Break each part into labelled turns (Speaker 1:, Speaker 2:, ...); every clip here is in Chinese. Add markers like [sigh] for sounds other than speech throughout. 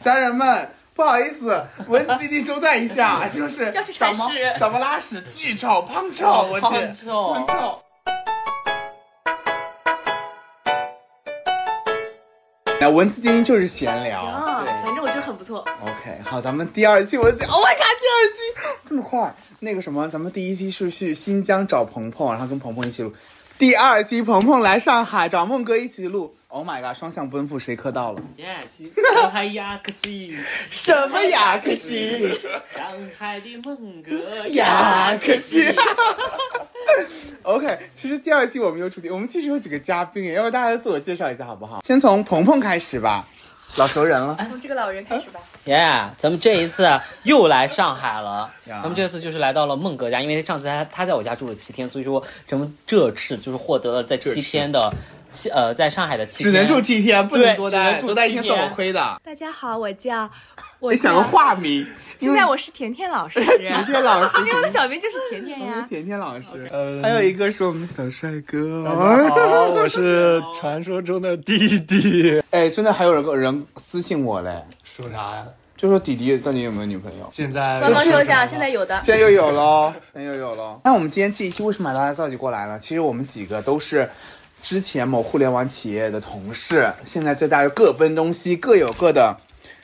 Speaker 1: 家人们，不好意思，文字弟弟周转一 [laughs] 下，就是
Speaker 2: 要去
Speaker 1: 小
Speaker 2: 铲
Speaker 1: 猫
Speaker 2: 屎
Speaker 1: 小猫拉屎巨臭，胖臭，我去，
Speaker 3: 胖臭
Speaker 1: 胖臭。那文字精英就是闲聊
Speaker 2: 啊，
Speaker 3: 对
Speaker 2: 反正我觉得很不错。
Speaker 1: ，OK，好，咱们第二期文字，Oh my god，第二期这么快？那个什么，咱们第一期是去新疆找鹏鹏，然后跟鹏鹏一起录，第二期鹏鹏来上海找梦哥一起录，Oh my god，双向奔赴，谁磕到了？
Speaker 3: Yes，我还亚克西，
Speaker 1: 什么雅克西？
Speaker 3: 上海的梦哥
Speaker 1: 亚克西
Speaker 3: 亚克
Speaker 1: [laughs] OK，其实第二期我们有主题，我们其实有几个嘉宾耶，要不大家自我介绍一下好不好？先从鹏鹏开始吧，老熟人
Speaker 3: 呃
Speaker 1: 了。
Speaker 2: 从这个老人开始吧。
Speaker 3: [laughs] Yeah，咱们这一次啊又来上海了。
Speaker 1: 呀
Speaker 3: 咱们这次就是来到了孟哥家，因为上次他他在我家住了七天，所以说咱们这次就是获得了在
Speaker 1: 这次
Speaker 3: 七天的七呃在上海的七
Speaker 1: 只能
Speaker 3: 天，
Speaker 1: 住七天，不能
Speaker 3: 对
Speaker 1: 多
Speaker 3: 只能
Speaker 1: 待，
Speaker 3: 住
Speaker 1: 多待一
Speaker 3: 七
Speaker 1: 天
Speaker 3: 天
Speaker 1: 算我亏的。
Speaker 2: [laughs] 大家好，我叫我
Speaker 1: 得想个
Speaker 2: 叫
Speaker 1: 化
Speaker 3: [laughs]
Speaker 1: 名，
Speaker 2: 现在我是甜甜老师， [laughs]
Speaker 1: 甜甜老师，
Speaker 2: 因为我的小名就是甜甜
Speaker 1: 我
Speaker 2: [laughs]
Speaker 1: 是
Speaker 2: 呀。
Speaker 1: 甜甜老师，
Speaker 4: 呃
Speaker 1: 还有一个是我们的小帅哥。
Speaker 3: 嗯
Speaker 4: 好，我是传说中的弟弟。
Speaker 1: 哎，真的还有人跟人私信我嘞，
Speaker 4: 说啥呀？
Speaker 1: 就说弟弟到底有没有女朋友？
Speaker 4: 现在
Speaker 2: 官方说一下，现在有的。
Speaker 1: 现在又有喽， [laughs] 现在又有喽。那我们今天这一期为什么把大家召集过来了？其实我们几个都是之前某互联网企业的同事，现在在大家各奔东西，各有各的。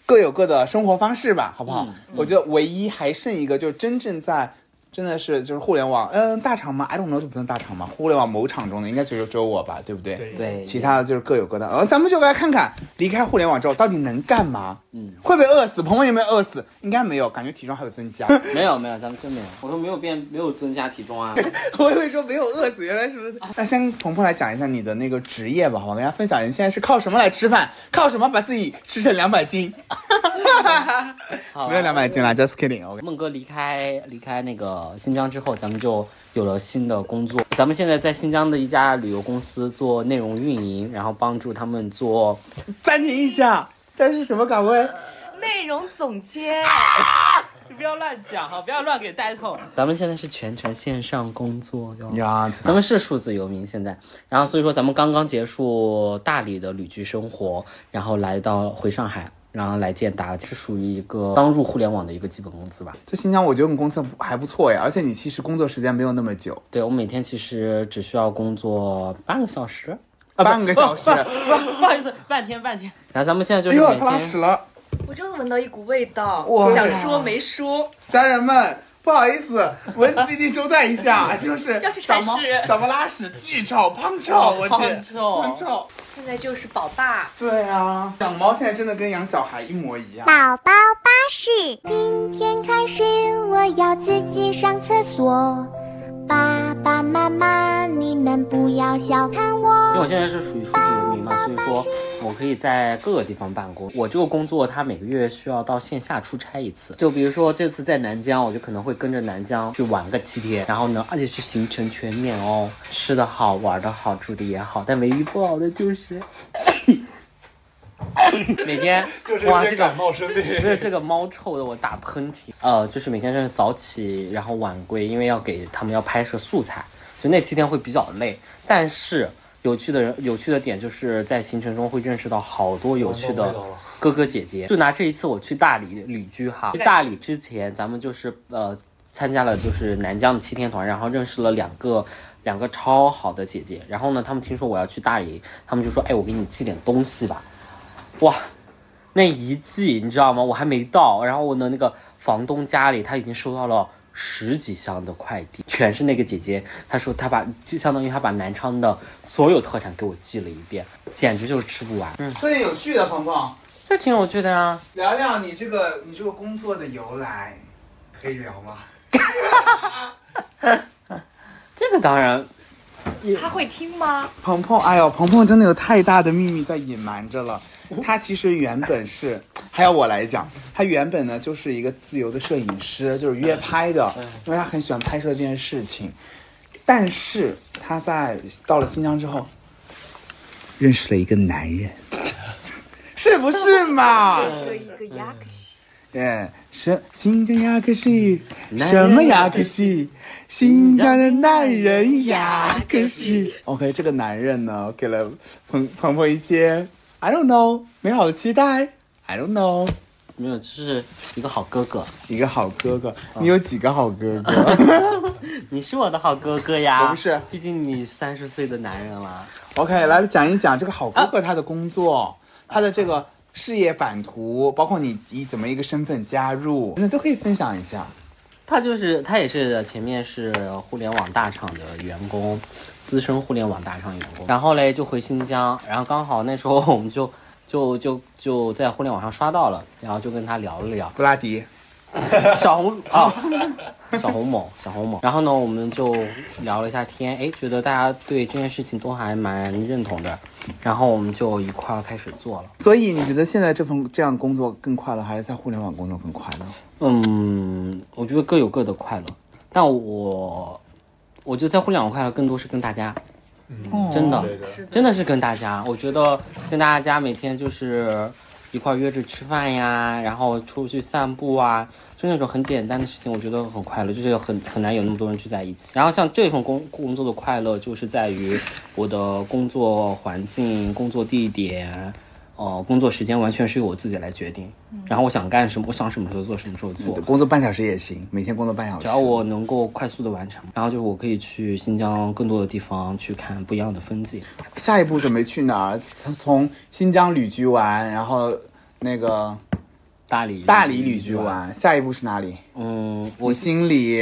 Speaker 1: 各有各的生活方式吧，好不好？
Speaker 3: 嗯
Speaker 1: 我觉得唯一还剩一个，就是真正在，真的是就是互联网，嗯，大厂嘛，I don't know 就不能大厂嘛，互联网某厂中的应该只有只有我吧，对不对？
Speaker 4: 对
Speaker 3: 对
Speaker 1: 其他的就是各有各的。呃，咱们就来看看离开互联网之后到底能干嘛，
Speaker 3: 嗯
Speaker 1: 会不会饿死？鹏鹏有没有饿死？应该没有，感觉体重还有增加。
Speaker 3: 没有没有，咱们真没有，我说没有变，没有增加体
Speaker 1: [laughs]
Speaker 3: 重啊。
Speaker 1: 我以为说没有饿死，原来是不是？那先鹏鹏来讲一下你的那个职业吧，好吧，跟大家分享一下你现在是靠什么来吃饭，靠什么把自己吃成两百斤？
Speaker 3: [laughs] 好啊吧
Speaker 1: 没有两百斤啦，just kidding，OK、
Speaker 3: 孟哥离开离开那个新疆之后，咱们就有了新的工作。咱们现在在新疆的一家旅游公司做内容运营，然后帮助他们做
Speaker 1: 暂停一下，这是什么岗位？
Speaker 2: [laughs] 内容总监，
Speaker 3: 你不要乱讲哈，不要乱给带口。咱们现在是全程线上工作哟。
Speaker 1: 呀，
Speaker 3: 咱们是数字游民现在，然后所以说咱们刚刚结束大理的旅居生活，然后来到回上海，然后来建达，是属于一个刚入互联网的一个基本工资吧。
Speaker 1: 这新疆我觉得我们公司还不错呀，而且你其实工作时间没有那么久，
Speaker 3: 对我每天其实只需要工作半个小时，啊、
Speaker 1: 半个小时。
Speaker 3: 不不好意思，半天半天。然后咱们现在就
Speaker 1: 哎
Speaker 3: 是
Speaker 1: 呦，
Speaker 3: 每
Speaker 1: 他拉屎
Speaker 3: 天，
Speaker 1: 了。
Speaker 2: 我真的闻到一股味道，
Speaker 1: 哇
Speaker 2: 想说没说。
Speaker 1: 家人们，不好意思，文字弟弟周转一下， [laughs] 就是
Speaker 2: 要去
Speaker 1: 小
Speaker 2: 铲
Speaker 1: 猫
Speaker 2: 屎
Speaker 1: 小猫拉屎巨臭，胖臭，我去，
Speaker 3: 胖臭
Speaker 1: 胖臭。
Speaker 2: 现在就是宝爸，
Speaker 1: 对啊，养猫现在真的跟养小孩一模一样。
Speaker 5: 宝宝巴士，今天开始我要自己上厕所。爸爸妈妈，你们不要小看
Speaker 3: 因为我
Speaker 5: 我。
Speaker 3: 现在是属于数字游民嘛，所以说我可以在各个地方办公。我这个工作它每个月需要到线下出差一次，就比如说这次在南疆，我就可能会跟着南疆去玩个七天，然后呢，而且是行程全面哦，吃的好，玩的好，住的也好，但唯一不好的就是 [coughs] 每天哇这个
Speaker 4: 冒生病
Speaker 3: [laughs] 不是这个猫臭的我打喷嚏，呃，就是每天真是早起，然后晚归，因为要给他们要拍摄素材，就那七天会比较累。但是有趣的人，有趣的点就是在行程中会认识到好多有趣的哥哥姐姐。就拿这一次我去大理旅居哈，去大理之前咱们就是呃参加了就是南疆的七天团，然后认识了两个两个超好的姐姐。然后呢，他们听说我要去大理，他们就说：“哎，我给你寄点东西吧。”哇，那一寄你知道吗？我还没到，然后我的那个房东家里他已经收到了十几箱的快递，全是那个姐姐。她说她把就相当于她把南昌的所有特产给我寄了一遍，简直就是吃不完。嗯，
Speaker 1: 说点有趣的，鹏鹏，
Speaker 3: 这挺有趣的啊。
Speaker 1: 聊聊你这个你这个工作的由来，可以聊吗？
Speaker 3: 这个当然，
Speaker 2: 他会听吗？
Speaker 1: 鹏鹏，哎呦，鹏鹏真的有太大的秘密在隐瞒着了。他其实原本是，还要我来讲，他原本呢就是一个自由的摄影师，就是约拍的，因为他很喜欢拍摄这件事情。但是他在到了新疆之后，认识了一个男人，是不是嘛？
Speaker 2: 说一个亚克西，
Speaker 1: 哎，什新疆雅克西，
Speaker 3: 男人
Speaker 1: 什么雅克西？嗯新疆的男人雅克西。OK，这个男人呢，给了鹏鹏鹏一些 I don't know 美好的期待，I don't know
Speaker 3: 没有，就是一个好哥哥。
Speaker 1: 一个好哥哥，你有几个好哥 [laughs] 哥
Speaker 3: 你是我的好哥哥呀！
Speaker 1: 我不是
Speaker 3: 毕竟你三十岁的男人了。
Speaker 1: ？OK，来讲一讲这个好哥哥他的工作，他的这个事业版图，包括你以怎么一个身份加入，那都可以分享一下。
Speaker 3: 他就是他也是前面是互联网大厂的员工，资深互联网大厂员工，然后嘞就回新疆，然后刚好那时候我们就 [laughs] 就就就在互联网上刷到了，然后就跟他聊了聊
Speaker 1: 布拉迪，
Speaker 3: 小红啊、小红某小红某，然后呢我们就聊了一下天，哎，觉得大家对这件事情都还蛮认同的，然后我们就一块儿开始做了。
Speaker 1: 所以你觉得现在这份这样工作更快乐，还是在互联网工作更快乐？
Speaker 3: 嗯，我觉得各有各的快乐，但我我觉得在互联网快乐更多是跟大家，真的
Speaker 4: 对的，
Speaker 3: 真的是跟大家。我觉得跟大家每天就是一块儿约着吃饭呀，然后出去散步啊，就那种很简单的事情，我觉得很快乐，就是很很难有那么多人聚在一起。然后像这份工工作的快乐，就是在于我的工作环境、工作地点。哦，工作时间完全是由我自己来决定，然后我想干什么，我想什么时候做，什么时候做，
Speaker 1: 工作半小时也行，每天工作半小时。
Speaker 3: 只要我能够快速的完成，然后就是我可以去新疆更多的地方去看不一样的风景。
Speaker 1: 下一步准备去哪儿？从从新疆旅居完，然后那个
Speaker 3: 大理，
Speaker 1: 大理旅居，完，下一步是哪里？
Speaker 3: 嗯，
Speaker 1: 我心
Speaker 3: [laughs]
Speaker 1: 里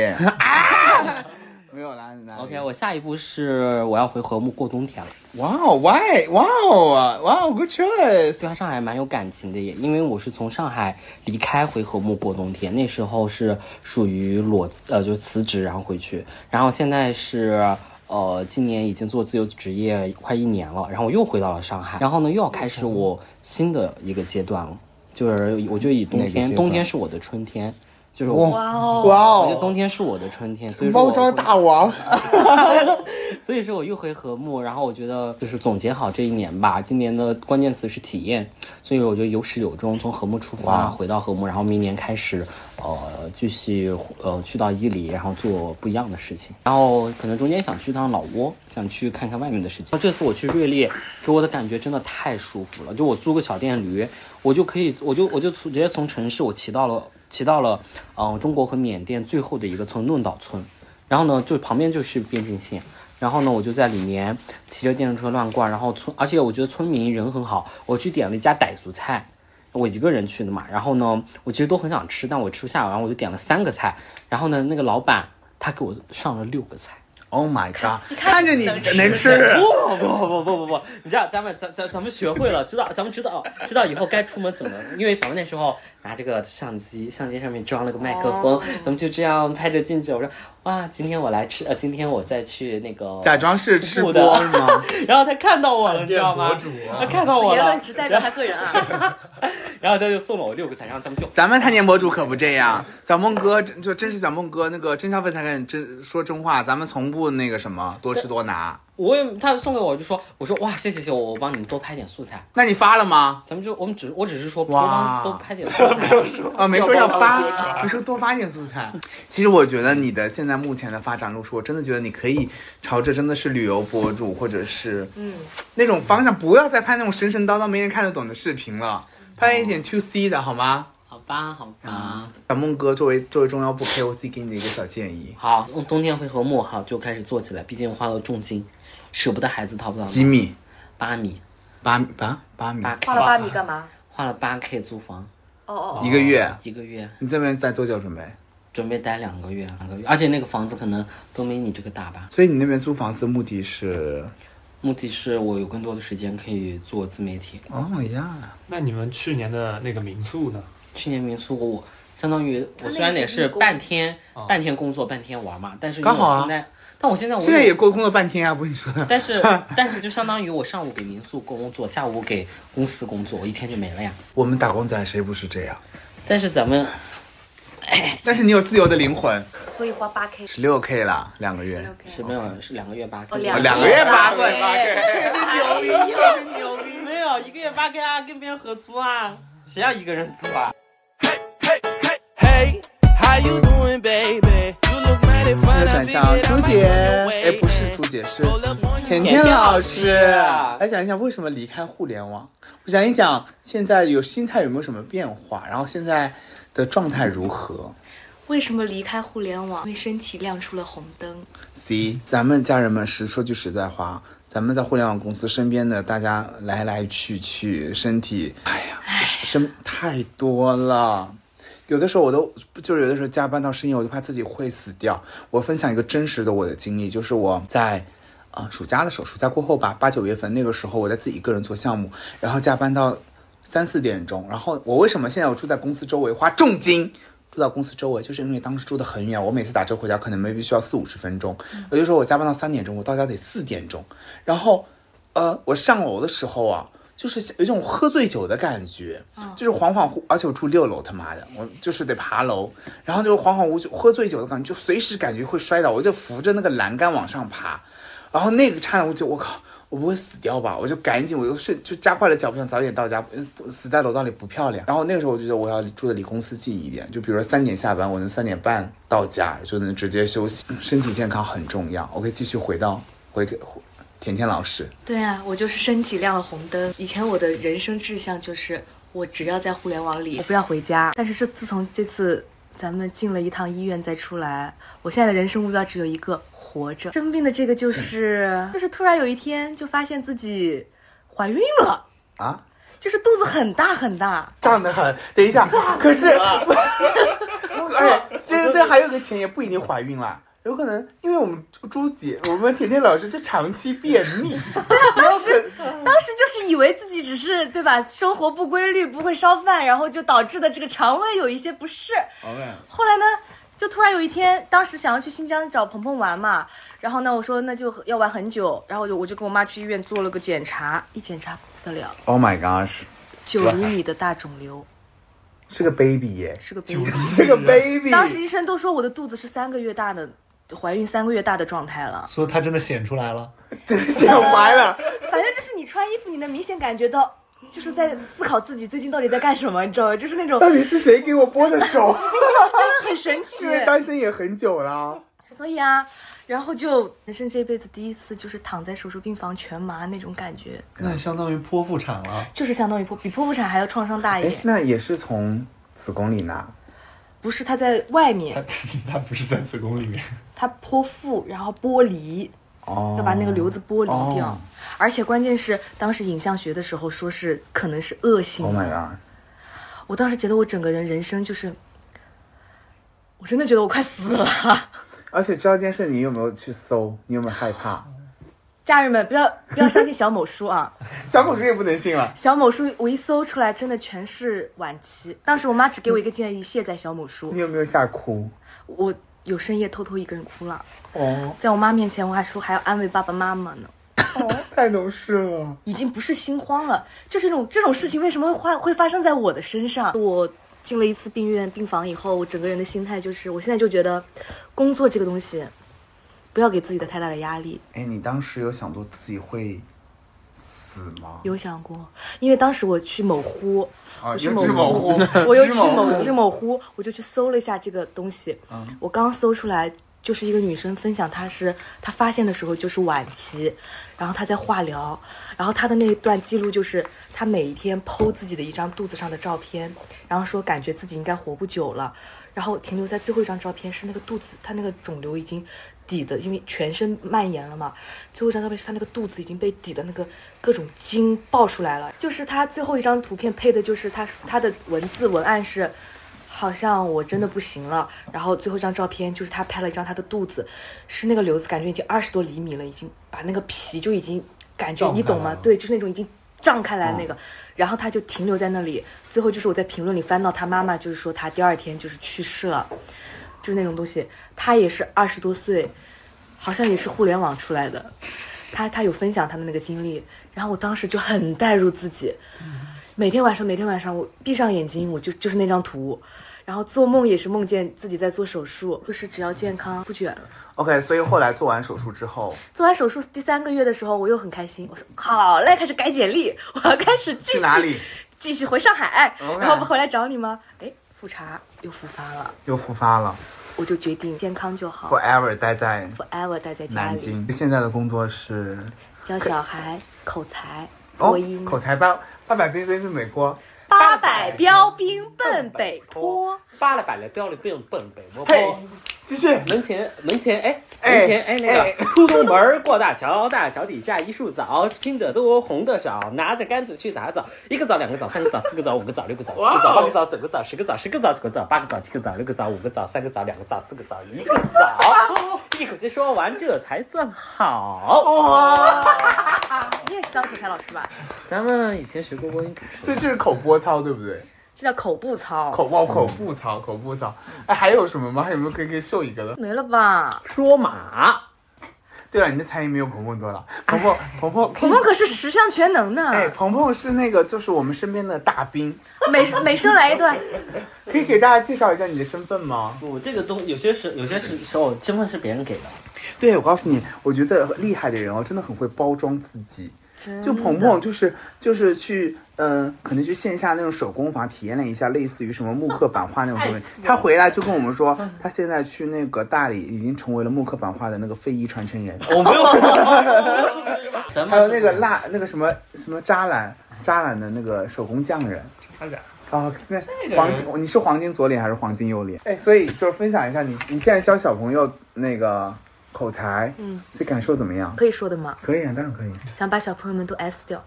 Speaker 1: 啊没有啦。哪里
Speaker 3: OK，我下一步是我要回禾木过冬天了。
Speaker 1: 哇哦，why 哇哦哇哦，good choice。
Speaker 3: 对他啊上海蛮有感情的耶，因为我是从上海离开回禾木过冬天，那时候是属于裸呃就是辞职然后回去，然后现在是。呃，今年已经做自由职业快一年了，然后我又回到了上海，然后呢又要开始我新的一个阶段了，就是我就以冬
Speaker 1: 哪个阶
Speaker 3: 天，
Speaker 1: 段
Speaker 3: 冬天是我的春天，就是我
Speaker 1: 哇
Speaker 2: 哦
Speaker 1: 哇
Speaker 3: 我觉得
Speaker 1: 哦，
Speaker 3: 冬天是我的春天，所以说我
Speaker 1: 包装
Speaker 3: 会
Speaker 1: 大王。
Speaker 3: 所以说我又回和睦，然后我觉得就是总结好这一年吧，今年的关键词是体验，所以我就有始有终，从和睦出发，回到和睦，然后明年开始，呃，继续呃去到伊犁，然后做不一样的事情，然后可能中间想去趟老挝，想去看看外面的世界。这次我去瑞丽，给我的感觉真的太舒服了，就我租个小电驴，我就可以，我就我就从直接从城市我骑到了骑到了，嗯、中国和缅甸最后的一个村论岛村。然后呢，就旁边就是边境线，然后呢，我就在里面骑着电动车乱逛，然后村，而且我觉得村民人很好，我去点了一家傣族菜。我一个人去的嘛，然后呢，我其实都很想吃，但我吃不下，然后我就点了三个菜，然后呢，那个老板他给我上了六个菜，
Speaker 1: Oh my god！
Speaker 2: 看
Speaker 1: 看着你
Speaker 2: 能吃
Speaker 1: 能吃，
Speaker 3: 哦不不不不不不，你知道咱们咱咱咱们学会了，知道咱们知道知道以后该出门怎么，因为咱们那时候拿这个相机，相机上面装了个麦克风，咱们就这样拍着镜子，我说哇，今天我来吃，呃，今天我再去那个
Speaker 1: 假装是吃
Speaker 3: 不
Speaker 1: 播
Speaker 3: 的
Speaker 1: 吗？
Speaker 3: 然后他看到我了，你知道吗？他看到我
Speaker 2: 言
Speaker 3: 了
Speaker 2: 论，只代表他个人 [laughs] 啊。
Speaker 3: 然后他就送了我六个菜，然后咱们就
Speaker 1: 咱们探店博主可不这样，小梦哥真就真是小梦哥那个真消费才敢真说真话，咱们从不那个什么多吃多拿。
Speaker 3: 我也他送给我就说，我说哇，谢谢谢谢，我我帮你们多拍点素材，
Speaker 1: 那你发了吗？
Speaker 3: 咱们就我们只我只是说多
Speaker 1: 哇
Speaker 3: 帮多拍点素材，
Speaker 1: 啊，没说要发，
Speaker 2: 啊
Speaker 1: 没说多发点素材。其实我觉得你的现在目前的发展路数，我真的觉得你可以朝着真的是旅游博主或者是
Speaker 2: 嗯，
Speaker 1: 那种方向，不要再拍那种神神叨叨没人看得懂的视频了，拍一点 to C 的好吗？
Speaker 3: [laughs] 好吧好吧，
Speaker 1: 小梦哥作为作为中腰部 KOC 给你的一个小建议，
Speaker 3: 好，冬天回和睦好就开始做起来，毕竟花了重金，舍不得孩子掏不到
Speaker 1: 几米？
Speaker 3: 八米
Speaker 1: 八米八八米？
Speaker 3: 八 K，
Speaker 2: 花了八米干嘛？
Speaker 3: 花了八 K 租房
Speaker 2: 哦哦
Speaker 1: 一个月？
Speaker 3: 一个月，
Speaker 1: 你这边在多久准备？
Speaker 3: 准备待两个月两个月，而且那个房子可能都没你这个大吧，
Speaker 1: 所以你那边租房子的目的是？
Speaker 3: 目的是我有更多的时间可以做自媒体。
Speaker 1: 哦呀，
Speaker 4: 那你们去年的那个民宿呢？
Speaker 3: 去年民宿我相当于
Speaker 2: 他那
Speaker 3: 我虽然
Speaker 2: 个
Speaker 3: 也
Speaker 2: 是
Speaker 3: 是
Speaker 2: 义工
Speaker 3: 半天
Speaker 4: 哦
Speaker 3: 半天工作半天玩嘛，但是因为
Speaker 1: 刚好
Speaker 3: 我
Speaker 1: 啊
Speaker 3: 现在，但我现在我
Speaker 1: 现在
Speaker 3: 有
Speaker 1: 也 [laughs] 过工作半天啊，不是你说的。
Speaker 3: 但是但是就相当于我上午给民宿工作，下午给公司工作，我一天就没了呀。
Speaker 1: 我们打工仔谁不是这样？
Speaker 3: 但是咱们
Speaker 1: 但是你有自由的灵魂，
Speaker 2: 哦，所以花八 K。
Speaker 1: 十六 K 啦，两个月
Speaker 2: 六，K
Speaker 3: 是没有是两个月八
Speaker 2: 哦，
Speaker 3: 天，
Speaker 1: 哦
Speaker 2: 两
Speaker 1: 两个月八
Speaker 2: 个月
Speaker 1: 八个月
Speaker 2: 哎呀
Speaker 3: 没有一个月八 K 啊，跟别人合租啊，谁要一个人租啊？
Speaker 6: Hey, how you doing, baby? You look mighty
Speaker 1: 那
Speaker 6: fine.
Speaker 1: 就
Speaker 6: I
Speaker 1: 转向朱
Speaker 6: figured I might
Speaker 1: 姐，
Speaker 6: go your
Speaker 1: 哎，
Speaker 6: way.
Speaker 1: 不是朱姐，是
Speaker 6: Roll up on
Speaker 1: 甜甜老师啊来讲一讲为什么离开互联网，我讲一讲现在有心态有没有什么变化，然后现在的状态如何。
Speaker 2: 为什么离开互联网？因为身体亮出了红灯。
Speaker 1: C，咱们家人们实说句实在话，咱们在互联网公司身边的大家来来去去，身体，哎呀，身太多了。有的时候我都就是有的时候加班到深夜，我就怕自己会死掉。我分享一个真实的我的经历，就是我在啊、暑假的时候，暑假过后吧，八九月份那个时候，我在自己一个人做项目，然后加班到三四点钟。然后我为什么现在我住在公司周围，花重金住到公司周围，就是因为当时住的很远，我每次打车回家可能 maybe 需要四五十分钟。也就是说我加班到三点钟，我到家得四点钟。然后，呃，我上楼的时候啊。就是有一种喝醉酒的感觉，就是恍恍惚，而且我住六楼，他妈的，我就是得爬楼，然后就恍恍惚惚喝醉酒的感觉，就随时感觉会摔倒，我就扶着那个栏杆往上爬，然后那个刹那，我就我靠，我不会死掉吧？我就赶紧，我就是就加快了脚步，想早点到家，嗯不死在楼道里不漂亮。然后那个时候，我就觉得我要住的离公司近一点，就比如说三点下班，我能三点半到家，就能直接休息。嗯身体健康很重要。OK，继续回到回回甜甜老师，
Speaker 2: 对啊，我就是身体亮了红灯。以前我的人生志向就是，我只要在互联网里，我不要回家。但是这自从这次咱们进了一趟医院再出来，我现在的人生目标只有一个：活着。生病的这个就是，就是突然有一天就发现自己怀孕了，
Speaker 1: 啊，
Speaker 2: 就是肚子很大很大。
Speaker 1: 胀得很。等一下，可是，哎，这这还有个前也不一定怀孕啦。有可能，因为我们朱姐，我们甜甜老师这长期便秘，当 [laughs] 时
Speaker 7: 当时就是以为自己只是对吧，生活不规律，不会烧饭，然后就导致的这个肠胃有一些不适。后来呢，就突然有一天，当时想要去新疆找鹏鹏玩嘛，然后呢，我说那就要玩很久，然后我就我就跟我妈去医院做了个检查，一检查不得了，
Speaker 1: Oh my gosh，
Speaker 2: 九厘米的大肿瘤
Speaker 1: 是个 baby 耶，
Speaker 2: 是个 baby。
Speaker 1: 是个 baby。
Speaker 7: 当时医生都说我的肚子是三个月大的，怀孕三个月大的状态了。
Speaker 4: 所以他真的显出来了。
Speaker 1: 真的想歪
Speaker 7: [laughs]
Speaker 1: 了，
Speaker 7: 反正就是你穿衣服，你能明显感觉到。就是在思考自己最近到底在干什么，你知道吗？就是那种，
Speaker 1: 到底是谁给我拨的手？
Speaker 7: 就是真的很神奇。
Speaker 1: 因为单身也很久了。
Speaker 7: 所以啊，然后就人生这辈子第一次就是躺在手术病房全麻那种感觉，
Speaker 4: 那你相当于剖腹产了，
Speaker 7: 就是相当于剖比剖腹产还要创伤大一
Speaker 1: 哎
Speaker 7: 点，。
Speaker 1: 那也是从子宫里拿，
Speaker 7: 不是他在外
Speaker 4: 他 [laughs]
Speaker 7: 面，
Speaker 4: 他不是在子宫里面，
Speaker 7: 他剖腹然后剥离，
Speaker 1: 哦
Speaker 7: 要把那个瘤子剥离掉。
Speaker 1: 哦
Speaker 7: 而且关键是当时影像学的时候说是可能是恶性
Speaker 1: Oh
Speaker 7: 的
Speaker 1: my god！
Speaker 7: 我当时觉得我整个人人生就是，我真的觉得我快死了。
Speaker 1: 而且知道这件事，你有没有去搜？你有没有害怕？
Speaker 7: 家人们不要不要相信小某叔啊！
Speaker 1: 小狗叔也不能信了。
Speaker 7: 小某书我一搜出来，真的全是晚期。当时我妈只给我一个建议，卸载小某书
Speaker 1: 你。有没有吓哭？
Speaker 7: 我有深夜偷偷一个人哭了，
Speaker 1: 哦，
Speaker 7: 在我妈面前我还说还要安慰爸爸妈妈呢，
Speaker 1: 哦太懂事了。
Speaker 7: 已经不是心慌了，就是这种这种事情为什么会发会发生在我的身上？我进了一次病院病房以后，我整个人的心态就是，我现在就觉得，工作这个东西，不要给自己的太大的压力。
Speaker 1: 哎，你当时有想过自己会死吗？
Speaker 7: 有想过，因为当时我去某乎，
Speaker 1: 啊
Speaker 7: 我去
Speaker 1: 又
Speaker 7: 某
Speaker 1: 知某乎
Speaker 7: [laughs] 我又
Speaker 1: 知
Speaker 7: 去
Speaker 1: 某嗯
Speaker 7: 某
Speaker 1: 乎
Speaker 7: 知某乎，我就去搜了一下这个东西。我刚搜出来，就是一个女生分享，她是她发现的时候就是晚期，然后她在化疗，然后她的那一段记录就是她每一天剖自己的一张肚子上的照片，然后说感觉自己应该活不久了，然后停留在最后一张照片是那个肚子，她那个肿瘤已经。抵的，因为全身蔓延了嘛。最后一张照片是她那个肚子已经被抵的那个各种筋爆出来了，就是她最后一张图片配的就是她她的文字文案是。好像我真的不行了，然后最后一张照片就是她拍了一张她的肚子，是那个瘤子，感觉已经二十多厘米了，已经把那个皮就已经感觉
Speaker 4: 胀
Speaker 7: 你懂
Speaker 4: 开来
Speaker 7: 吗
Speaker 4: 了？
Speaker 7: 对，就是那种已经胀开来那个，然后她就停留在那里。最后就是我在评论里翻到她妈妈，就是说她第二天就是去世了，就是那种东西。她也是二十多岁，好像也是互联网出来的，她她有分享她的那个经历，然后我当时就很代入自己，每天晚上每天晚上我闭上眼睛我就就是那张图，然后做梦也是梦见自己在做手术，就是只要健康不卷了。
Speaker 1: OK，所以后来做完手术之
Speaker 7: [laughs]
Speaker 1: 后，
Speaker 7: 做完手术第三个月的时候，我又很开心，我说好嘞，开始改简历，我要开始继续
Speaker 1: 去哪里
Speaker 7: 继续回上海
Speaker 1: OK
Speaker 7: 然后不回来找你吗？哎，复查又复发了，
Speaker 1: 又复发了。
Speaker 7: 我就决定健康就好
Speaker 1: ，forever 待在
Speaker 7: ，forever 待在家
Speaker 1: 南
Speaker 7: 里，
Speaker 1: 京。现在的工作是
Speaker 7: 教小孩口才、
Speaker 1: 哦
Speaker 7: 播音、，
Speaker 1: 口才八八百冰冰奔美国，
Speaker 7: 八百标兵奔北坡。
Speaker 3: 扒了百来标了并奔北坡
Speaker 1: 嘿，继续。
Speaker 3: 门前门前哎。
Speaker 1: 哎
Speaker 3: 门前哎，那
Speaker 1: 哎 [laughs]
Speaker 3: 个出东门儿过大桥，大桥底下一树枣，青的多，红的少，拿着杆子去打枣，一个枣，两个枣，三个枣，四个枣，五个枣，六个枣，
Speaker 1: 哇哦
Speaker 3: 一个枣，八个枣，九个枣，十个枣，十个枣，九个枣，八个枣，七个枣，六个枣，五个枣，三个枣，两个枣，四个枣，一个枣，一口气说完，这才算好。
Speaker 7: 你也知道口才老师吧？
Speaker 3: 咱们以前学过播音主持，
Speaker 1: 所以这是口播操，对不对？
Speaker 7: 这叫口部操，
Speaker 1: 口播口部操，口部操。哎，还有什么吗？还有没有可以可以秀一个的？
Speaker 7: 没了吧？
Speaker 3: 说马，
Speaker 1: 对啊了，你的才艺没有鹏鹏多了。鹏鹏，鹏鹏，
Speaker 7: 我们可是十项全能呢，
Speaker 1: 哎，鹏鹏是那个，就是我们身边的大兵，
Speaker 7: 每每声来一段。
Speaker 1: 可以给大家介绍一下你的身份吗？
Speaker 3: 不，这个东有些时有些时时候身份是别人给的，
Speaker 1: 对，我告诉你，我觉得厉害的人哦，真的很会包装自己。
Speaker 7: 真
Speaker 1: 就鹏鹏就是就是去，嗯、可能去线下那种手工坊体验了一下，类似于什么木刻版画那种 [laughs] 东西。他回来就跟我们说，他现在去那个大理已经成为了木刻版画的那个非遗传承人。
Speaker 3: 我没有。 [laughs] 咱们
Speaker 1: 还有哦那个蜡，那个什么什么扎兰，扎兰的那个手工匠人。啊，现在黄金，你是黄金左脸还是黄金右脸？哎，所以就是分享一下你，你现在教小朋友那个口才，嗯，所以感受怎么样？
Speaker 7: 可以说的吗？
Speaker 1: 可以啊，当然可以。
Speaker 7: 想把小朋友们都 S 掉，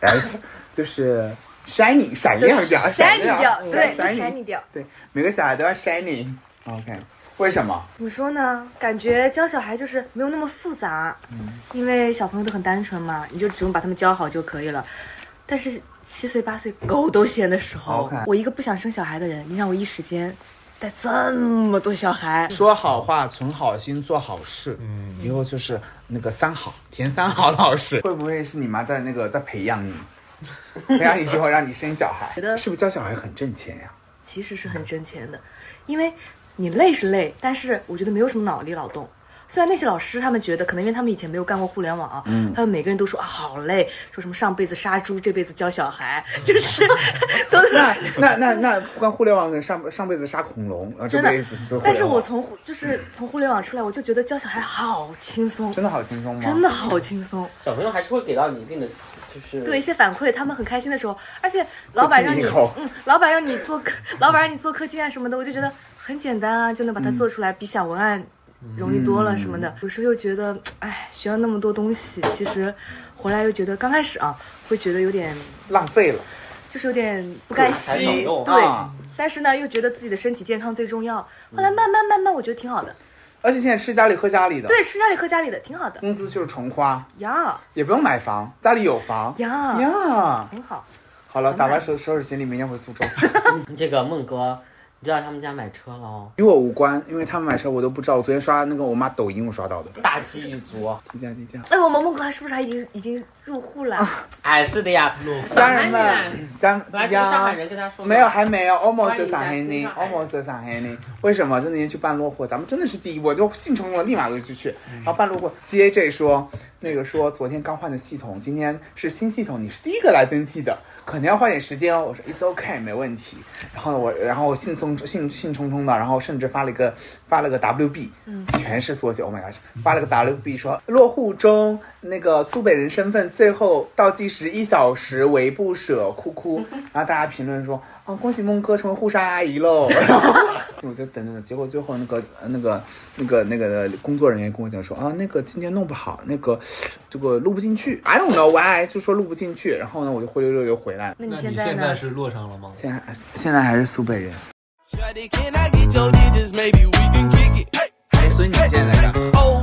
Speaker 1: S 就是
Speaker 7: [laughs]
Speaker 1: shiny 闪亮掉，
Speaker 7: 筛你
Speaker 1: 亮
Speaker 7: 掉，对，
Speaker 1: 闪
Speaker 7: 筛你
Speaker 1: shiny
Speaker 7: 掉。
Speaker 1: 对，每个小孩都要 shiny。OK，为什么？
Speaker 7: 怎么说呢？感觉教小孩就是没有那么复杂，因为小朋友都很单纯嘛，你就只用把他们教好就可以了。但是七岁八岁狗都嫌的时候
Speaker 1: OK
Speaker 7: 我一个不想生小孩的人，你让我一时间带这么多小孩，
Speaker 1: 说好话，存好心，做好事。嗯，以后就是那个三好，田三好老师。会不会是你妈在那个在培养你，培养你之后让你生小孩？
Speaker 7: 觉得
Speaker 1: 是不是教小孩很挣钱呀、
Speaker 7: 其实是很挣钱的，因为你累是累，但是我觉得没有什么脑力劳动。虽然那些老师他们觉得，可能因为他们以前没有干过互联网啊，
Speaker 1: 嗯
Speaker 7: 他们每个人都说啊好累，说什么上辈子杀猪，这辈子教小孩，就是 [laughs] 都是
Speaker 1: 那 [laughs] 那那那关互联网的上上辈子杀恐龙，然后这
Speaker 7: 真的
Speaker 1: 辈子做互联网
Speaker 7: 但是我从就是从互联网出来，我就觉得教小孩好轻松，
Speaker 1: 真的好轻松吗？
Speaker 7: 真的好轻松。
Speaker 3: 小朋友还是会给到你一定的，就是
Speaker 7: 对一些反馈，他们很开心的时候，而且老板让
Speaker 1: 亲
Speaker 7: 你
Speaker 1: 你一口，
Speaker 7: 嗯，老板让你做课，老板让你做课件啊什么的，我就觉得很简单啊，就能把它做出来，比想文案容易多了什么的。有时候又觉得，哎，学了那么多东西，其实回来又觉得刚开始啊，会觉得有点
Speaker 1: 浪费了。
Speaker 7: 就是有点不甘
Speaker 3: 还想
Speaker 7: 心，
Speaker 3: 用
Speaker 7: 对。
Speaker 1: 啊
Speaker 7: 但是呢，又觉得自己的身体健康最重要。后来慢慢慢慢，我觉得挺好的。
Speaker 1: 而且现在吃家里喝家里的，，
Speaker 7: 对，吃家里喝家里的挺好的
Speaker 1: 工资就是重花，
Speaker 7: 呀
Speaker 1: 也不用买房，家里有房
Speaker 7: 呀，
Speaker 1: 呀。
Speaker 7: 很好。
Speaker 1: 好了，打完收收拾行李，明天回苏州。
Speaker 3: 这个孟哥，你知道他们家买车了哦，
Speaker 1: [laughs] 与我无关，因为他们买车我都不知道。我昨天刷那个我妈抖音，我刷到的。
Speaker 3: 大鸡一族。哦
Speaker 1: 低调低调。
Speaker 7: 哎，我们孟哥还是不是还已经已经入户了？啊
Speaker 3: 哎，是的呀，
Speaker 1: 家人们，咱们
Speaker 3: 来，
Speaker 1: 呀
Speaker 3: 上海人跟他说
Speaker 1: 没有，还没有
Speaker 3: 欢迎
Speaker 1: ，almost
Speaker 3: 咱
Speaker 1: 上海
Speaker 3: 新
Speaker 1: 呢
Speaker 3: 上海人
Speaker 1: ，almost 上海呢。为什么？就那天去办落户，咱们真的是第一波，就兴冲冲的立马就去去。
Speaker 3: 嗯
Speaker 1: 然后办落户，JJ 说那个说昨天刚换的系统，今天是新系统，你是第一个来登记的，可能要花点时间哦。我说 It's OK，没问题。然后呢我然后我兴冲兴兴冲冲的，然后甚至发了一个发了个 WB，全是缩写，Oh my god，发了个 WB 说落户中那个苏北人身份最后倒计时一小时为不舍，哭哭。然后大家评论说啊，恭喜孟哥成为护山阿姨喽。 [laughs] 然后我就等等等，结果最后那个那个那个那个工作人员跟我讲说啊，那个今天弄不好，那个这个录不进去，I don't know why，就说录不进去。然后呢，我就灰溜溜又回来了。
Speaker 7: 那
Speaker 4: 那
Speaker 7: 你
Speaker 4: 你
Speaker 7: 现在
Speaker 4: 现
Speaker 7: 呢？
Speaker 4: 在是落上了吗？
Speaker 1: 现在现在还是苏北人，
Speaker 6: Shawty, can I get your digits? Maybe we can kick it. Hey,
Speaker 4: 哎
Speaker 6: hey,
Speaker 1: 所以你现在在干
Speaker 6: oh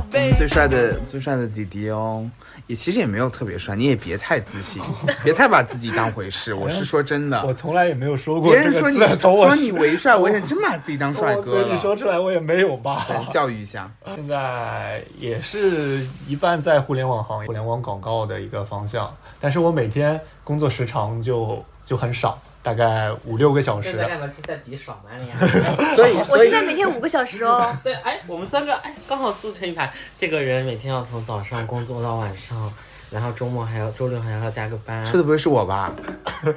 Speaker 1: 哎 最
Speaker 6: baby.
Speaker 1: 帅的最帅的弟弟哦，也其实也没有特别帅，你也别太自
Speaker 4: [laughs]
Speaker 1: 信，别太把自己当回事。我是说真的，
Speaker 4: 我从来也没有说过
Speaker 1: 别
Speaker 4: 这
Speaker 1: 人说
Speaker 4: 个
Speaker 1: 你
Speaker 4: 字，从哎 [laughs] 我
Speaker 1: 说你为帅，我也真把自己当
Speaker 4: 从
Speaker 1: 帅
Speaker 4: 我
Speaker 1: 哥
Speaker 4: 嘴里
Speaker 1: 了。
Speaker 4: 说出来，我也没有吧。
Speaker 1: 教育一下，
Speaker 4: 现在也是一半在互联网行业、互联网广告的一个方向，但是我每天工作时长就就很少，大概五六个小时。
Speaker 3: 嘛？是在比爽吗？你、
Speaker 4: 哎
Speaker 1: 所以
Speaker 7: 我
Speaker 1: 所以
Speaker 7: 现在每天五个小时哦。
Speaker 3: 对，哎，我们三个哎，刚好组成一排。这个人每天要从早上工作到晚上，然后周末还要周六还要加个班。
Speaker 1: 说的不会是我吧？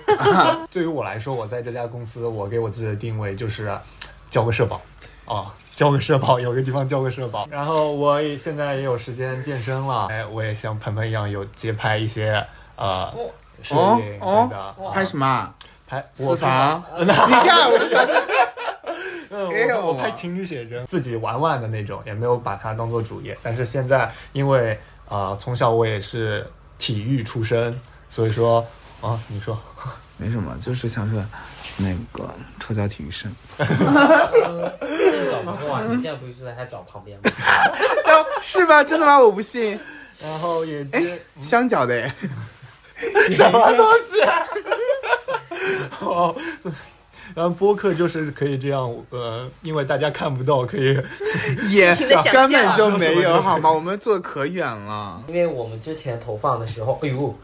Speaker 4: 呃对于我来说，我在这家公司，我给我自己的定位就是交个社保啊，交个社保，有个地方交个社保。然后我也现在也有时间健身了，哎，我也像鹏鹏一样有节拍一些呃
Speaker 1: 哦
Speaker 4: 摄影等等啊
Speaker 1: 拍什么啊？
Speaker 4: 拍我
Speaker 1: 哦私房？
Speaker 4: [laughs]
Speaker 1: 你看，我就想说，
Speaker 4: 嗯，
Speaker 1: 哎呦
Speaker 4: 我我拍情侣写真，自己玩玩的那种，也没有把它当做主业。但是现在因为呃，从小我也是体育出身，所以说啊，你说
Speaker 1: 没什么，就是想说那个臭脚体育生。
Speaker 8: 早不晚，你现在不是就在他脚旁边吗？
Speaker 1: 哎是吧？真的吗？我不信，
Speaker 4: 然后也接
Speaker 1: 香脚的哎，
Speaker 4: 什么东西？哦，然后播客就是可以这样，呃，因为大家看不到，可以
Speaker 1: 也
Speaker 2: 尽情地想象
Speaker 1: 根本就没
Speaker 4: 啊说什么都可
Speaker 1: 有
Speaker 4: 以
Speaker 1: 好吗？我们做的可远了。
Speaker 8: 因为我们之前投放的时候，哎呦，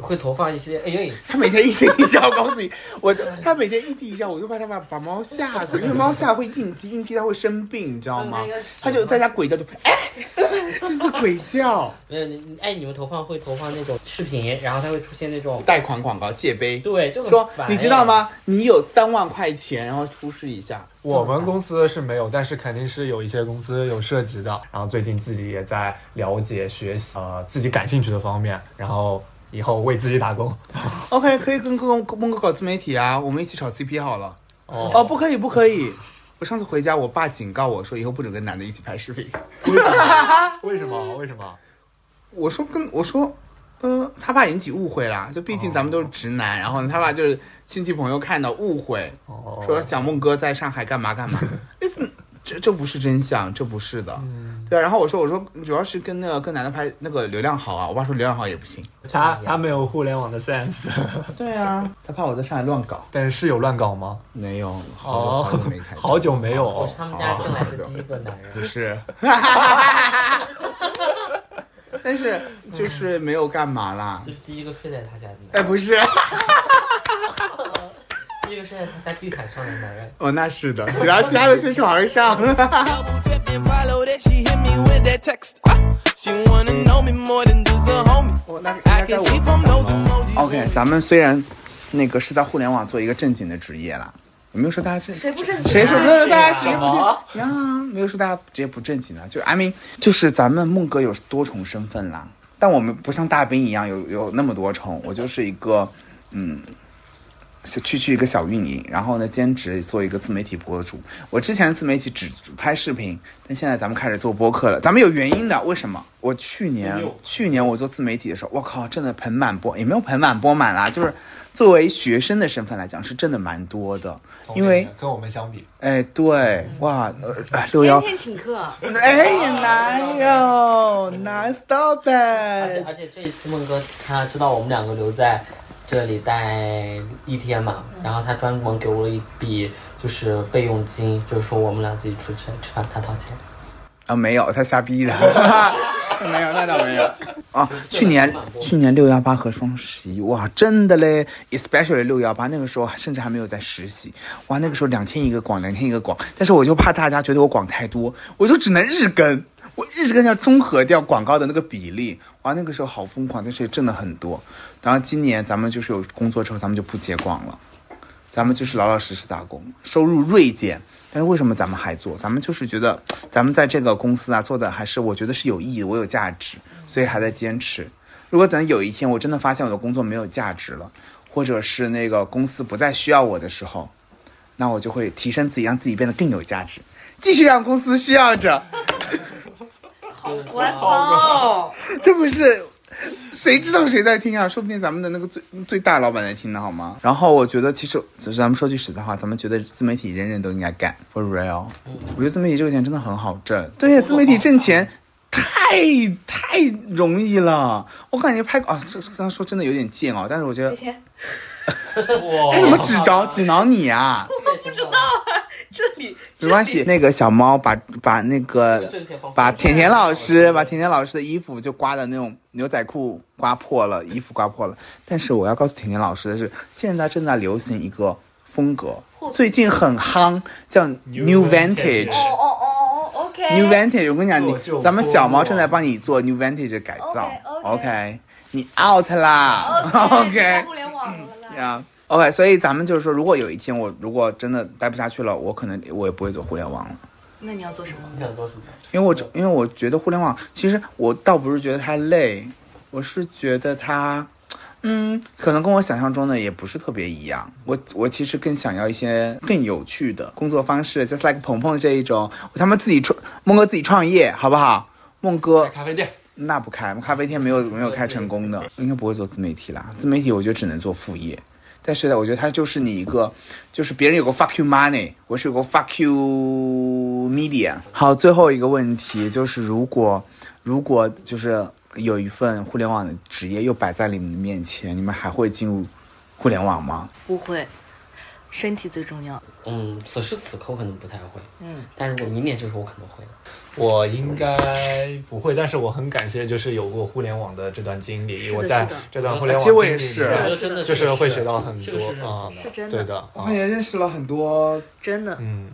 Speaker 8: 会投放一些，哎呦，
Speaker 1: 他每天一惊一乍，我告诉你，我他每天一惊一乍，我就怕他把把猫吓死，因为猫吓会应激，应激它会生病，你知道吗
Speaker 8: 嗯那个？是
Speaker 1: 它就在家鬼叫，就哎， [laughs] 就是鬼叫，
Speaker 8: 没有你，哎，你们投放会投放那种视频，然后它会出现那种，
Speaker 1: 贷款广告借呗，
Speaker 8: 对，就很
Speaker 1: 说
Speaker 8: 烦
Speaker 1: 你知道？吗？你有三万块钱，然后出示一下。
Speaker 4: 我们公司是没有，但是肯定是有一些公司有涉及的。然后最近自己也在了解、学习，呃，自己感兴趣的方面，然后以后为自己打工。
Speaker 1: OK，可以跟各公公哥搞自媒体啊，我们一起炒 CP 好了。
Speaker 4: 哦
Speaker 1: 哦，不可以，不可以。我上次回家，我爸警告我说，以后不准跟男的一起拍视频。
Speaker 4: 为什么？为什么？
Speaker 1: 我说跟我说，呃，他爸引起误会啦，就毕
Speaker 4: 哦
Speaker 1: 竟咱们都是直男，然后呢，他爸就是亲戚朋友看到误会，
Speaker 4: 哦，
Speaker 1: 说小梦哥在上海干嘛干
Speaker 4: [laughs]
Speaker 1: 嘛，listen，这这不是真相，这不是的。
Speaker 4: 嗯
Speaker 1: 对啊，然后我说我说主要是跟那个跟男的拍那个流量好啊，我爸说流量好也不行。
Speaker 4: 他他没有互联网的 sense，
Speaker 1: 对啊，他怕我在上海乱搞。
Speaker 4: 但是有乱搞吗？
Speaker 1: 没有，好
Speaker 4: 哦
Speaker 1: 久好久没
Speaker 4: [laughs]
Speaker 1: 看，，
Speaker 4: 好久没有。
Speaker 8: 就是他们家生来
Speaker 1: 哦
Speaker 8: 的第一个男人，
Speaker 1: 不是， [laughs] 但是就是没有干嘛啦
Speaker 8: 就。是第一个睡在他家的
Speaker 1: 哎，
Speaker 8: 男人，
Speaker 1: 不是， [laughs]
Speaker 8: 第一个睡在他家地毯上的男人。
Speaker 1: 哦，那是的，然后其他的是床上。
Speaker 6: Double tap and follow that. She hit me with that text. Ah, she wanna know me more than just a homie.
Speaker 1: 我那大
Speaker 6: I
Speaker 1: 概
Speaker 6: can
Speaker 1: 我
Speaker 6: see from those emojis.
Speaker 1: OK，咱们虽然那个是在互联网做一个正经的职业啦，也没有说大家正
Speaker 2: 谁不正经啊？
Speaker 1: 谁说没有说大家职业不
Speaker 8: 什么
Speaker 1: 正呀？没有说大家职业不正经啊，就是 I mean，就是咱们梦哥有多重身份啦，但我们不像大兵一样有有那么多重，我就是一个嗯。小去去一个小运营，然后呢，兼职做一个自媒体博主。我之前自媒体只只拍视频，但现在咱们开始做播客了。咱们有原因的，为什么？我去年去年我做自媒体的时候，我靠，真的盆满钵也没有盆满钵满啦，就是作为学生的身份来讲，是真的蛮多的，因为
Speaker 4: 跟我们相比，
Speaker 1: 哎，对，哇，呃，哎六
Speaker 2: 天
Speaker 1: 幺，
Speaker 2: 天请客，
Speaker 1: 哎呀，哪有，哪 stop
Speaker 8: 而且
Speaker 1: it？
Speaker 8: 而且这一次梦哥他知道我们两个留在这里待一天嘛，
Speaker 1: 嗯
Speaker 8: 然后他专门给我了一笔就是备用金，就是说我们俩自己出去吃饭他掏钱。
Speaker 1: 啊，没有，他瞎逼的， [laughs] 没有，那倒没有。 [laughs] 啊，去年去年六幺八和双十一，哇，真的嘞，especially 六幺八那个时候，甚至还没有在实习，哇，那个时候两天一个广，两天一个广，但是我就怕大家觉得我广太多，我就只能日更，我日更要中和掉广告的那个比例，哇，那个时候好疯狂，但是也挣了很多。然后今年咱们就是有工作之后，咱们就不接广了。咱们就是老老实实打工，收入锐减。但是为什么咱们还做？咱们就是觉得，咱们在这个公司啊做的还是我觉得是有意义，我有价值，所以还在坚持。如果等有一天我真的发现我的工作没有价值了，或者是那个公司不再需要我的时候，那我就会提升自己，让自己变得更有价值，继续让公司需要着。
Speaker 2: 官方。哦
Speaker 1: 这不是谁知道谁在听啊？说不定咱们的那个最最大老板在听呢，好吗？然后我觉得，其实就是咱们说句实在话，咱们觉得自媒体人人都应该干，for real。我觉得自媒体这个钱真的很好挣，对，自媒体挣钱。太太容易了，我感觉拍啊，这这刚刚说真的有点贱哦，但是我觉得哎
Speaker 2: 给钱，
Speaker 1: 他怎么只着只挠你 [laughs] 啊？
Speaker 8: 我不知道，
Speaker 2: 这里
Speaker 1: 没关系，那个小猫把把那个
Speaker 8: 正确方法
Speaker 1: 把甜甜老师把甜甜老师的衣服就刮的那种牛仔裤刮破了，衣服刮破了。但是我要告诉甜甜老师的是，现在正在流行一个风格，最近很夯，叫 New
Speaker 4: New
Speaker 1: Vantage
Speaker 4: Vantage。
Speaker 2: 哦哦哦哦哦，OK。
Speaker 1: New Vantage，我跟你讲，你
Speaker 4: 做旧
Speaker 1: 咱们小猫正在
Speaker 4: 脱落
Speaker 1: 帮你做 New Vantage 的改造
Speaker 2: OK，OK
Speaker 1: 你 out 啦 [laughs]
Speaker 2: OK，互联网了啦。
Speaker 1: 呀、OK，所以咱们就是说，如果有一天我如果真的待不下去了，我可能我也不会做互联网了。
Speaker 7: 那你要做什么？
Speaker 3: 你想做什么？
Speaker 1: 因为我因为我觉得互联网，其实我倒不是觉得它累，我是觉得它，嗯，可能跟我想象中的也不是特别一样。我我其实更想要一些更有趣的工作方式，就是 like 鹏鹏这一种，他们自己创，梦哥自己创业，好不好？梦哥
Speaker 3: 开咖啡店，
Speaker 1: 那不开，咖啡店没有没有开成功的，应该不会做自媒体啦。自媒体我觉得只能做副业，但是呢，我觉得它就是你一个，就是别人有个 fuck you money，我是有个 fuck you media。好，最后一个问题就是，如果如果就是有一份互联网的职业又摆在你们面前，你们还会进入互联网吗？
Speaker 7: 不会，身体最重要。
Speaker 3: 嗯，此时此刻我可能不太会，
Speaker 7: 嗯，
Speaker 3: 但如果明年这个时候我可能会。
Speaker 4: 我应该不会，但是我很感谢，就是有过互联网的这段经历，
Speaker 7: 的
Speaker 4: 我在
Speaker 7: 是的
Speaker 4: 这段互联网
Speaker 1: 其实
Speaker 4: 经
Speaker 1: 我
Speaker 4: 历
Speaker 1: 也
Speaker 4: 里
Speaker 1: 是
Speaker 3: 我觉
Speaker 4: 面
Speaker 3: 得真的
Speaker 4: 就是是会学到很
Speaker 3: 这个
Speaker 4: 多
Speaker 3: 是
Speaker 4: 啊
Speaker 3: 很，
Speaker 7: 是真的
Speaker 4: 对的，
Speaker 1: 我
Speaker 4: 啊
Speaker 1: 感觉哦认识了很多
Speaker 7: 真的，
Speaker 4: 嗯，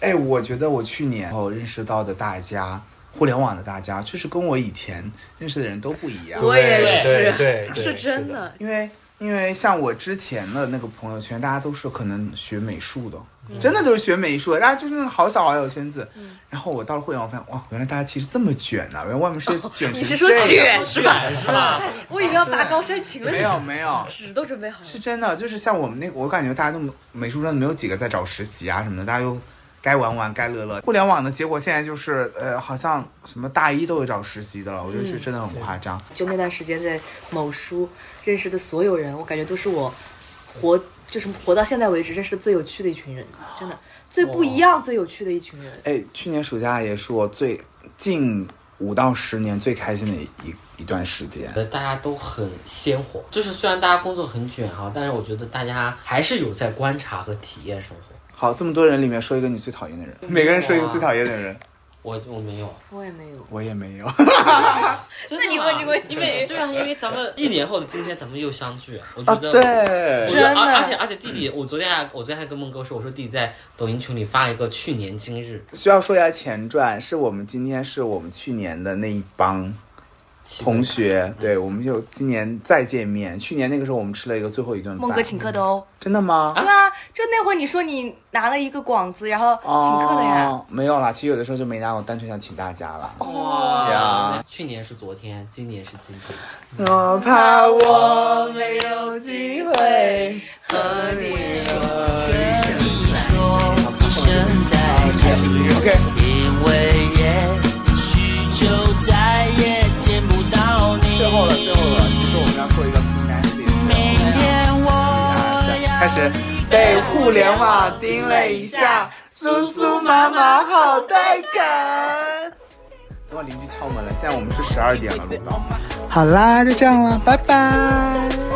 Speaker 1: 哎，我觉得我去年后哦认识到的大家，互联网的大家，确实跟我以前认识的人都不一样。
Speaker 7: 我也
Speaker 4: 对
Speaker 7: 是
Speaker 4: 对，对
Speaker 7: [laughs] 是真。的。
Speaker 1: 因为因为像我之前的那个朋友圈，大家都是可能学美术的，
Speaker 7: 嗯
Speaker 1: 真的都是学美术的，大家就是那个好小好小圈子。然后我到了互联网，发现哇，原来大家其实这么卷呐、原来外面是
Speaker 7: [laughs]
Speaker 1: 卷成这样、
Speaker 7: 你是说卷是吧？
Speaker 3: 是吧？
Speaker 7: 我以为要拔高山情了，
Speaker 1: 没有没有，
Speaker 7: 纸都准备好了
Speaker 1: 是。真的，就是像我们那，我感觉大家都美术生没有几个在找实习啊什么的，大家又该玩玩，该乐乐。互联网的结果现在就是，呃，好像什么大一都有找实习的了，我觉
Speaker 7: 嗯
Speaker 1: 得是真的很夸张。
Speaker 7: 就那段时间在某书认识的所有人，我感觉都是我活就是活到现在为止认识的最有趣的一群人，真的最不一样、最有趣的一群人。
Speaker 1: 哎，去年暑假也是我最近五到十年最开心的一一一段时间
Speaker 3: 觉。得大家都很鲜活，就是虽然大家工作很卷哈，但是我觉得大家还是有在观察和体验生活。
Speaker 1: 好，这么多人里面说一个你最讨厌的人，每个人说一个最讨厌的人，
Speaker 3: 我我没有，
Speaker 7: 我也没有，
Speaker 1: 我也没有。
Speaker 3: 那
Speaker 7: 你问这个问题
Speaker 3: 因为对啊，因为咱们一年后的今天咱们又相聚，我
Speaker 1: [laughs]
Speaker 3: 觉
Speaker 1: 啊，
Speaker 3: 得、我
Speaker 1: 对
Speaker 3: 觉，得
Speaker 7: 真的
Speaker 3: 而而且而且弟弟，我昨天还我昨天还跟梦哥说，我说弟弟在抖音群里发了一个去年今日
Speaker 1: 需要说一下前传，是我们今天是我们去年的那一帮
Speaker 3: 奇怪
Speaker 1: 同
Speaker 7: 嗯
Speaker 1: 学，对，我们就今年再见面。去年那个时候我们吃了一个最后一顿饭，
Speaker 7: 梦哥请客的哦。
Speaker 1: 真的吗？
Speaker 7: 对啊，就那会儿你说你拿了一个广子，然后啊请客的呀。
Speaker 1: 哦，没有啦，其实有的时候就没拿，我单纯想请大家啦。
Speaker 3: 哇
Speaker 7: 啊
Speaker 1: 呀
Speaker 3: 去年是昨天，今年是今天。
Speaker 1: 我怕我
Speaker 7: 没有机会和你说。
Speaker 9: 你说一声再见，
Speaker 1: OK，
Speaker 9: 因为也许就再也见不到你。
Speaker 1: 最后了，最后了，其实我们要做一个平安节。
Speaker 9: 明天我要
Speaker 1: 开始被互联网盯了一下，苏苏妈妈好带感。等我邻居敲门了，现在我们是十二点了，录到。好啦，就这样啦，拜拜。